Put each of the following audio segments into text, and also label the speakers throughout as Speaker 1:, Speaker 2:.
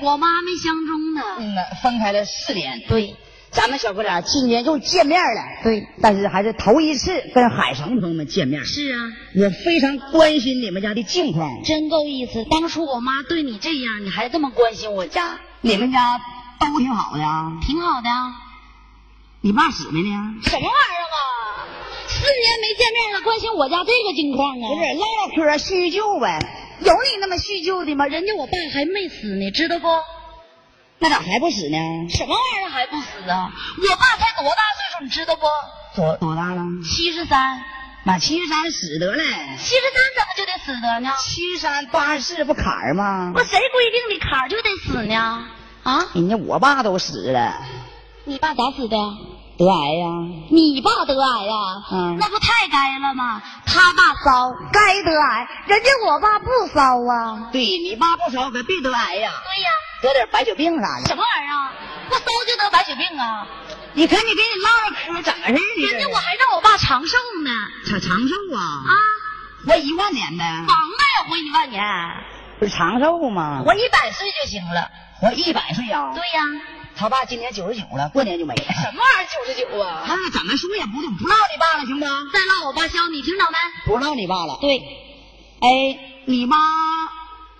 Speaker 1: 我妈没相中呢。
Speaker 2: 嗯呐，分开了四年，
Speaker 1: 对
Speaker 2: 咱们小哥俩今年又见面了。
Speaker 1: 对，
Speaker 2: 但是还是头一次跟海城朋友们见面。
Speaker 1: 是啊，
Speaker 2: 我非常关心你们家的近况。
Speaker 1: 真够意思。当初我妈对你这样，你还这么关心我家，
Speaker 2: 你们家都挺好的呀？
Speaker 1: 挺好的啊。
Speaker 2: 你爸死没呢？
Speaker 1: 什么玩意儿啊！四年没见面了，关心我家这个近况啊？
Speaker 2: 不是，唠唠嗑叙旧呗。有你那么叙旧的吗？人
Speaker 1: 人家我爸还没死呢，知道不？
Speaker 2: 那咋还不死呢？
Speaker 1: 什么玩意儿还不死啊？我爸才多大岁数，你知道不？
Speaker 2: 多多大了？
Speaker 1: 七十三，
Speaker 2: 妈，七十三死得了。
Speaker 1: 七十三怎么就得死的呢？
Speaker 2: 七十三八十四不坎儿吗
Speaker 1: 我？谁规定的坎儿就得死呢？啊，
Speaker 2: 人家我爸都死了，
Speaker 1: 你爸咋死的？
Speaker 2: 得癌呀、
Speaker 1: 你爸得癌呀、
Speaker 2: 嗯
Speaker 1: 那不太该了吗？他爸骚，该得癌，人家我爸不骚啊。
Speaker 2: 对你妈不少，可别得癌呀、
Speaker 1: 对呀、
Speaker 2: 得点白血病啥的。
Speaker 1: 什么玩意儿啊？不骚就得白血病啊？
Speaker 2: 你看你给你唠唠嗑，怎么事儿呢？
Speaker 1: 人家我还让我爸长寿呢，
Speaker 2: 长长寿啊，
Speaker 1: 啊，
Speaker 2: 活一万年呗，
Speaker 1: 王八也活一万年，
Speaker 2: 不是长寿吗？
Speaker 1: 活一百岁就行了。
Speaker 2: 活一百岁啊！
Speaker 1: 对呀、
Speaker 2: 他爸今年九十九了，过年就没了。
Speaker 1: 什么玩意儿九十九啊？
Speaker 2: 他怎么说也不对，不唠你爸了行吗？
Speaker 1: 再唠我爸削你，听着没？
Speaker 2: 不唠你爸了。
Speaker 1: 对，
Speaker 2: 哎，你妈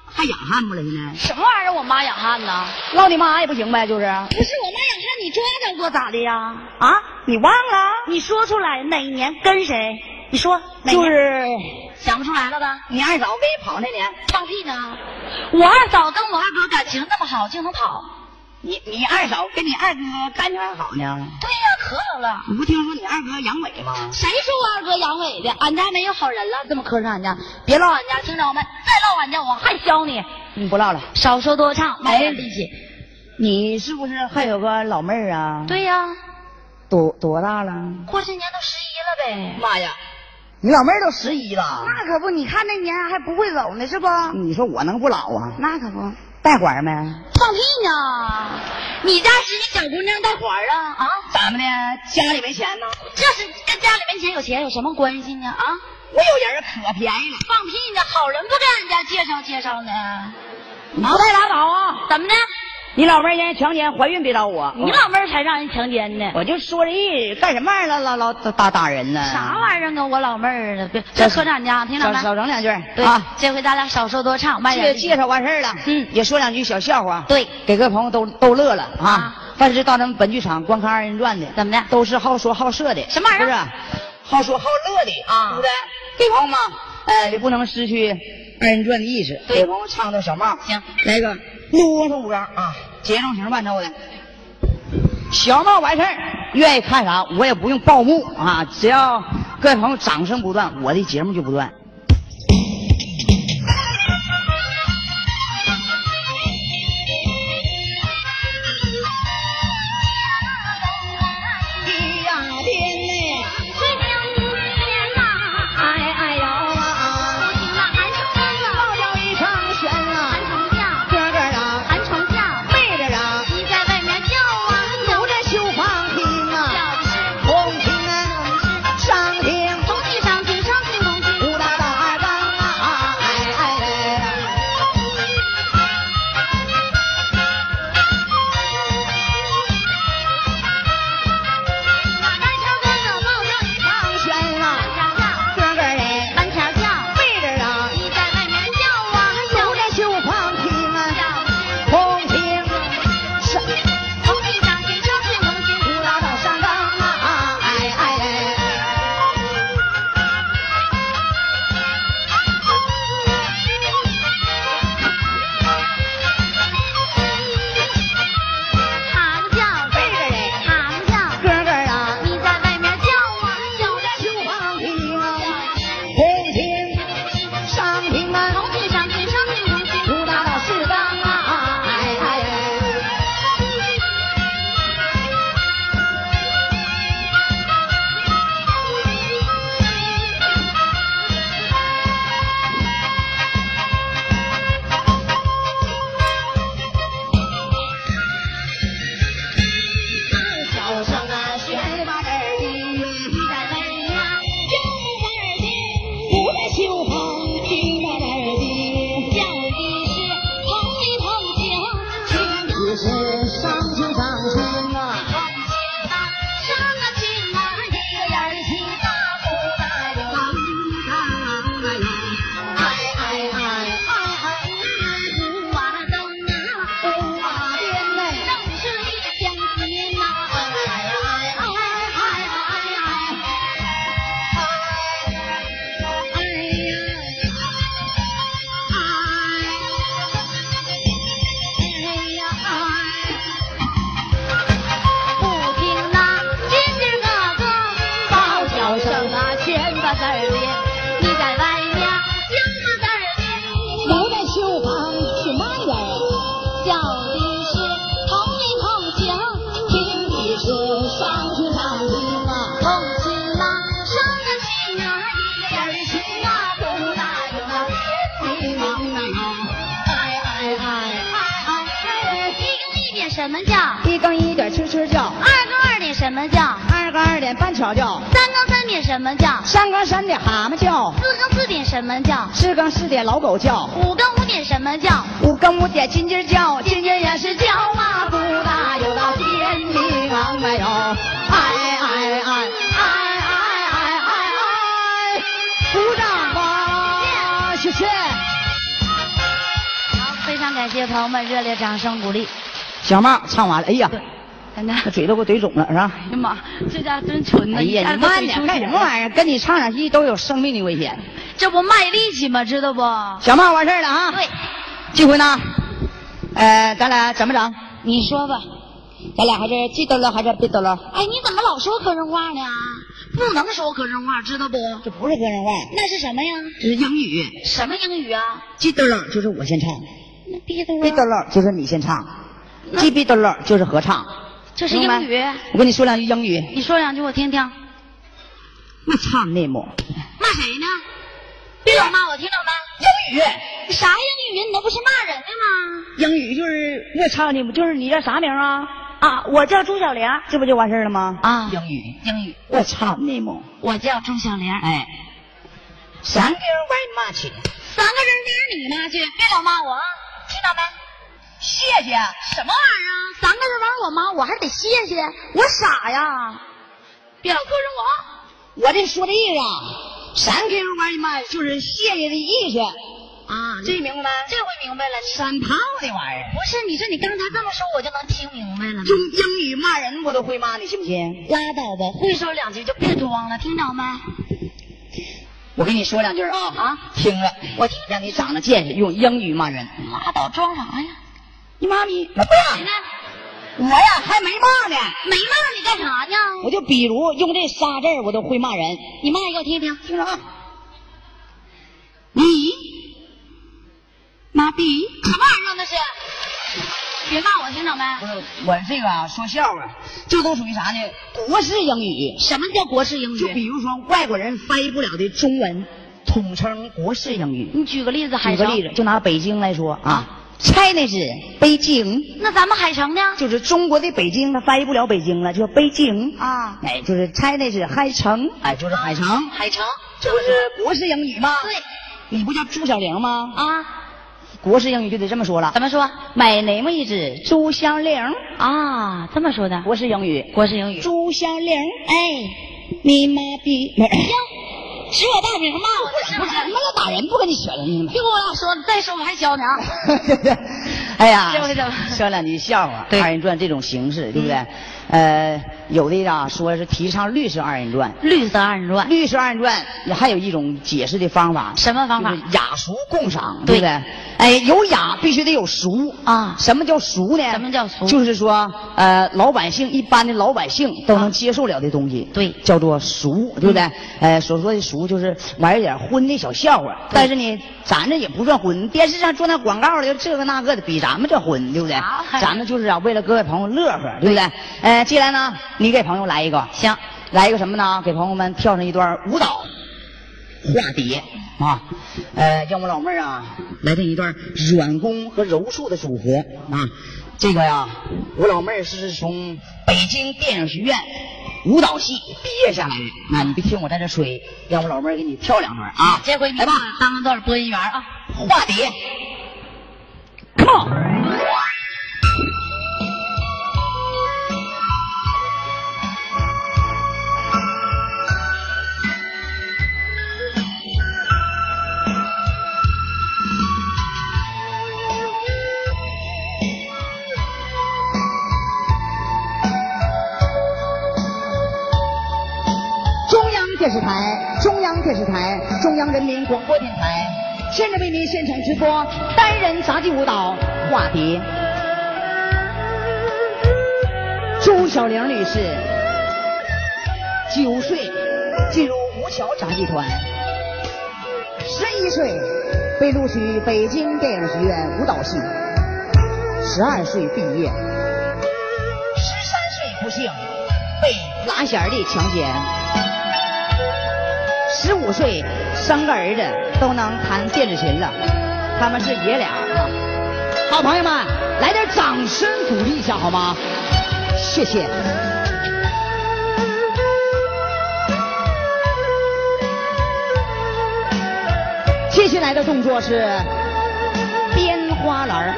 Speaker 2: 还养汉不了呢？
Speaker 1: 什么玩意儿？我妈养汉呢？
Speaker 2: 唠你妈也不行呗，就是啊，
Speaker 1: 不是我妈养汉，你抓着过咋的呀？
Speaker 2: 你忘了？
Speaker 1: 你说出来哪年跟谁？你说哪年
Speaker 2: 就是
Speaker 1: 想不出来了吧？
Speaker 2: 你二嫂跟人跑那年，
Speaker 1: 放屁呢！我二嫂跟我二哥感情那么好，竟能跑？
Speaker 2: 你你二嫂跟你二哥感情还好呢。
Speaker 1: 对呀、可好了。
Speaker 2: 你不听说你二哥阳痿吗？
Speaker 1: 谁说我二哥阳痿的？俺家没有好人了，这么磕碜俺家，别唠俺家，听着没？再唠俺家，我还削你！
Speaker 2: 嗯，不唠了。
Speaker 1: 少说多唱，没点力气。
Speaker 2: 你是不是还有个老妹儿啊？，
Speaker 1: 对呀、
Speaker 2: 多多大了？
Speaker 1: 过些年都十一了呗。
Speaker 2: 妈呀，啊你老妹儿都十一了，
Speaker 3: 那可不，你看那年啊还不会走呢，是不？
Speaker 2: 你说我能不老啊？
Speaker 3: 那可不，
Speaker 2: 带环没？
Speaker 1: 放屁呢！你家十一小姑娘带环儿啊啊！
Speaker 2: 咋们的？家里没钱呢？
Speaker 1: 这是跟家里没钱有钱有什么关系呢啊？
Speaker 2: 我有人可便宜了。
Speaker 1: 放屁呢！好人不给俺家介绍介绍呢？
Speaker 2: 你不带拉倒啊！
Speaker 1: 怎么的？
Speaker 2: 你老妹儿让人强奸，怀孕别找我。
Speaker 1: 你老妹儿才让人强奸呢？
Speaker 2: 我就说这意思，干什么玩意儿了？老老打打人呢？
Speaker 1: 啥玩意儿啊？我老妹儿呢？别这科长家听
Speaker 2: 少
Speaker 1: 着没？
Speaker 2: 少整两句儿
Speaker 1: 对，
Speaker 2: 啊！
Speaker 1: 这回咱俩少说多唱，慢
Speaker 2: 介
Speaker 1: 点。
Speaker 2: 介绍完事儿了，
Speaker 1: 嗯
Speaker 2: 也说两句小笑话，
Speaker 1: 对，
Speaker 2: 给各位朋友都逗乐了啊
Speaker 1: 啊！
Speaker 2: 凡是到咱们本剧场观看二人转的，
Speaker 1: 怎么的
Speaker 2: 都是好说好色的，
Speaker 1: 什么玩意儿
Speaker 2: 不是，好说好乐的
Speaker 1: 啊
Speaker 2: 对不对？给朋友们，呃，也不能失去二人转的意识，
Speaker 1: 对
Speaker 2: 给朋友唱段小帽，
Speaker 1: 行，
Speaker 2: 来个啰嗦五张啊，节奏型伴奏的。小帽完事儿，愿意看啥我也不用报幕啊，只要各位朋友掌声不断，我的节目就不断。
Speaker 1: 啊
Speaker 2: 上庭，武大啊哎
Speaker 1: 啊呃
Speaker 4: 你是上亲上亲呐、
Speaker 1: 啊呃什么叫
Speaker 2: 一更一点轻轻叫？
Speaker 1: 二更二点什么叫？
Speaker 2: 二更二点半巧叫？
Speaker 1: 呃三更三点什么叫？
Speaker 2: 三更三点蛤蟆叫？
Speaker 1: 四更四点什么叫？
Speaker 2: 四更四点老狗叫？
Speaker 1: 五更五点什么叫？
Speaker 2: 五更五点金鸡叫？
Speaker 1: 金鸡也是叫啊，不大有那天地昂没有，哎哎哎哎哎哎哎，
Speaker 2: 鼓掌吧，谢谢。
Speaker 1: 好，非常感谢朋友们热烈掌声鼓励。
Speaker 2: 小帽唱完了，哎呀，
Speaker 1: 真的，
Speaker 2: 这嘴都给我怼肿了 是吧？
Speaker 1: 哎呀妈，这家真纯呐！
Speaker 2: 哎呀，你慢点，干什
Speaker 1: 意
Speaker 2: 么玩意儿？跟你唱场戏都有生命的危险。
Speaker 1: 这不卖力气吗？知道不？
Speaker 2: 小帽完事儿了啊。
Speaker 1: 对，
Speaker 2: 这回呢，呃，咱俩怎么整？
Speaker 1: 你说吧。
Speaker 2: 咱俩还是记得了还是别得了？
Speaker 1: 哎，你怎么老说客人话呢？不能说客人话，知道不？
Speaker 2: 这不是客人话，
Speaker 1: 那是什么呀？
Speaker 2: 这是英语。
Speaker 1: 什么英语啊？
Speaker 2: 记得了就是我先唱，
Speaker 1: 那逼的
Speaker 2: 别得了就是你先唱，记别得了就是合唱。
Speaker 1: 这是英语。
Speaker 2: 我跟你说两句英语。
Speaker 1: 你说两句我听听。
Speaker 2: 我操你母！
Speaker 1: 骂谁呢？别老骂我，听着没？
Speaker 2: 英语，
Speaker 1: 啥英语？你那不是骂人的吗？
Speaker 2: 英语就是我操你母，就是你叫啥名啊？
Speaker 1: 啊，我叫朱小玲。
Speaker 2: 这不就完事儿了吗？
Speaker 1: 啊
Speaker 2: 英语，
Speaker 1: 英语，
Speaker 2: 我操你母！
Speaker 1: 我叫朱小玲。
Speaker 2: 哎，Thank you very much。
Speaker 1: 三个人往你那去，别老骂我，啊，知道没？
Speaker 2: 谢谢。
Speaker 1: 什么玩意儿啊？三个人往我骂，我还得谢谢，我傻呀！别老磕着我啊。
Speaker 2: 我这说的意思啊，Thank you very much 就是谢谢的意思。
Speaker 1: 啊，
Speaker 2: 这明白吗？
Speaker 1: 这回明白了，你
Speaker 2: 山炮的玩意儿，
Speaker 1: 不是你说你刚才这么说，我就能听明白了吗。
Speaker 2: 用英语骂人我都会骂，你信不信？
Speaker 1: 拉倒吧，会说两句就别装了，听着没？
Speaker 2: 我跟你说两句啊
Speaker 1: 啊，
Speaker 2: 听着，
Speaker 1: 我听着
Speaker 2: 让你长长见识，用英语骂人。
Speaker 1: 拉倒，装啥呀？
Speaker 2: 你妈咪，不
Speaker 1: 谁呢
Speaker 2: 是？我呀还没骂呢，
Speaker 1: 没骂你干啥呢？
Speaker 2: 我就比如用这仨字儿我都会骂人。
Speaker 1: 你骂一个我听听。
Speaker 2: 听着啊，你妈逼！
Speaker 1: 什么玩意儿啊那是？别骂我，听着没？
Speaker 2: 不是我这个啊，说笑话，这都属于啥呢？国式英语。
Speaker 1: 什么叫国式英
Speaker 2: 就比
Speaker 1: 语？
Speaker 2: 如说外国人翻译不了的中文，统称国式英语。
Speaker 1: 你举个例子，海
Speaker 2: 举个
Speaker 1: 城。
Speaker 2: 例子，就拿北京来说啊，China 是北京，
Speaker 1: 那咱们海城呢？
Speaker 2: 就是中国的北京，它翻译不了北京了，就叫北京。
Speaker 1: 啊，
Speaker 2: 哎，就是 China 是海城，哎，就是海城，
Speaker 1: 海城。
Speaker 2: 这不是国式英语吗？
Speaker 1: 对，
Speaker 2: 你不叫朱小玲吗？
Speaker 1: 啊，
Speaker 2: 国式英语就得这么说了
Speaker 1: 怎么说？
Speaker 2: ，My name is 朱小玲，
Speaker 1: 啊，这么说的。
Speaker 2: 国式英语，
Speaker 1: 国式英语。
Speaker 2: 朱小玲，
Speaker 1: 哎，
Speaker 2: 你妈逼！
Speaker 1: 行，指我大名骂我呢，是不是？
Speaker 2: 他妈打人不跟你学了，你妈！
Speaker 1: 别跟我老说，你再说我还削你啊！
Speaker 2: 哎呀
Speaker 1: 这回怎么，
Speaker 2: 说两句笑话，
Speaker 1: 对
Speaker 2: 二人转这种形式，对不对？呃，有的啊说是提倡绿色二人转，
Speaker 1: 绿色二人转，
Speaker 2: 绿色二人转也还有一种解释的方法，
Speaker 1: 什么方法
Speaker 2: 就是雅俗共赏，
Speaker 1: 对
Speaker 2: 对不对？哎，有雅必须得有俗
Speaker 1: 啊
Speaker 2: 什么叫俗呢？
Speaker 1: 什么叫俗
Speaker 2: 就是说，呃，老百姓一般的老百姓都能接受了的东西，
Speaker 1: 对嗯
Speaker 2: 叫做俗，对不对？呃，所说的俗就是玩一点荤的小笑话，但是呢，咱这也不算荤，电视上做那广告的这个那个的，比咱们这荤，对不对
Speaker 1: 好？
Speaker 2: 哎 咱们就是啊，为了各位朋友乐呵，对不对？呃，接下来呢，你给朋友来一个，
Speaker 1: 行，
Speaker 2: 来一个什么呢？给朋友们跳上一段舞蹈，化蝶啊，呃，让我老妹儿啊，来这一段软功和柔术的组合啊。这个呀，我老妹儿是从北京电影学院舞蹈系毕业下来的。那你别听我在这吹，让我老妹儿给你跳两段啊。
Speaker 1: 这回你
Speaker 2: 来吧，
Speaker 1: 当段播音员啊。
Speaker 2: 化蝶，come on。
Speaker 1: 啊！
Speaker 2: 电视台、中央电视台、中央人民广播电台，现在为您现场直播单人杂技舞蹈话题。朱小玲女士九岁进入吴桥杂技团，十一岁被录取北京电影学院舞蹈系，十二岁毕业，十三岁不幸被拉弦儿的强奸，十五岁生个儿子都能弹电子琴了，他们是爷俩啊！好朋友们，来点掌声鼓励一下好吗？谢谢。接下来的动作是编花篮儿。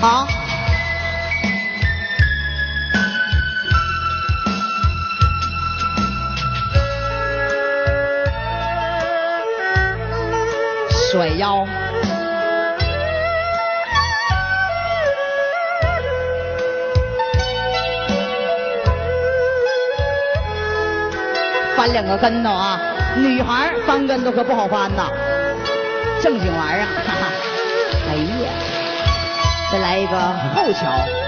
Speaker 2: 好。甩腰，翻两个跟头啊！女孩儿翻跟头可不好翻呐，正经玩意儿啊！哈哈，哎呀！再来一个后桥。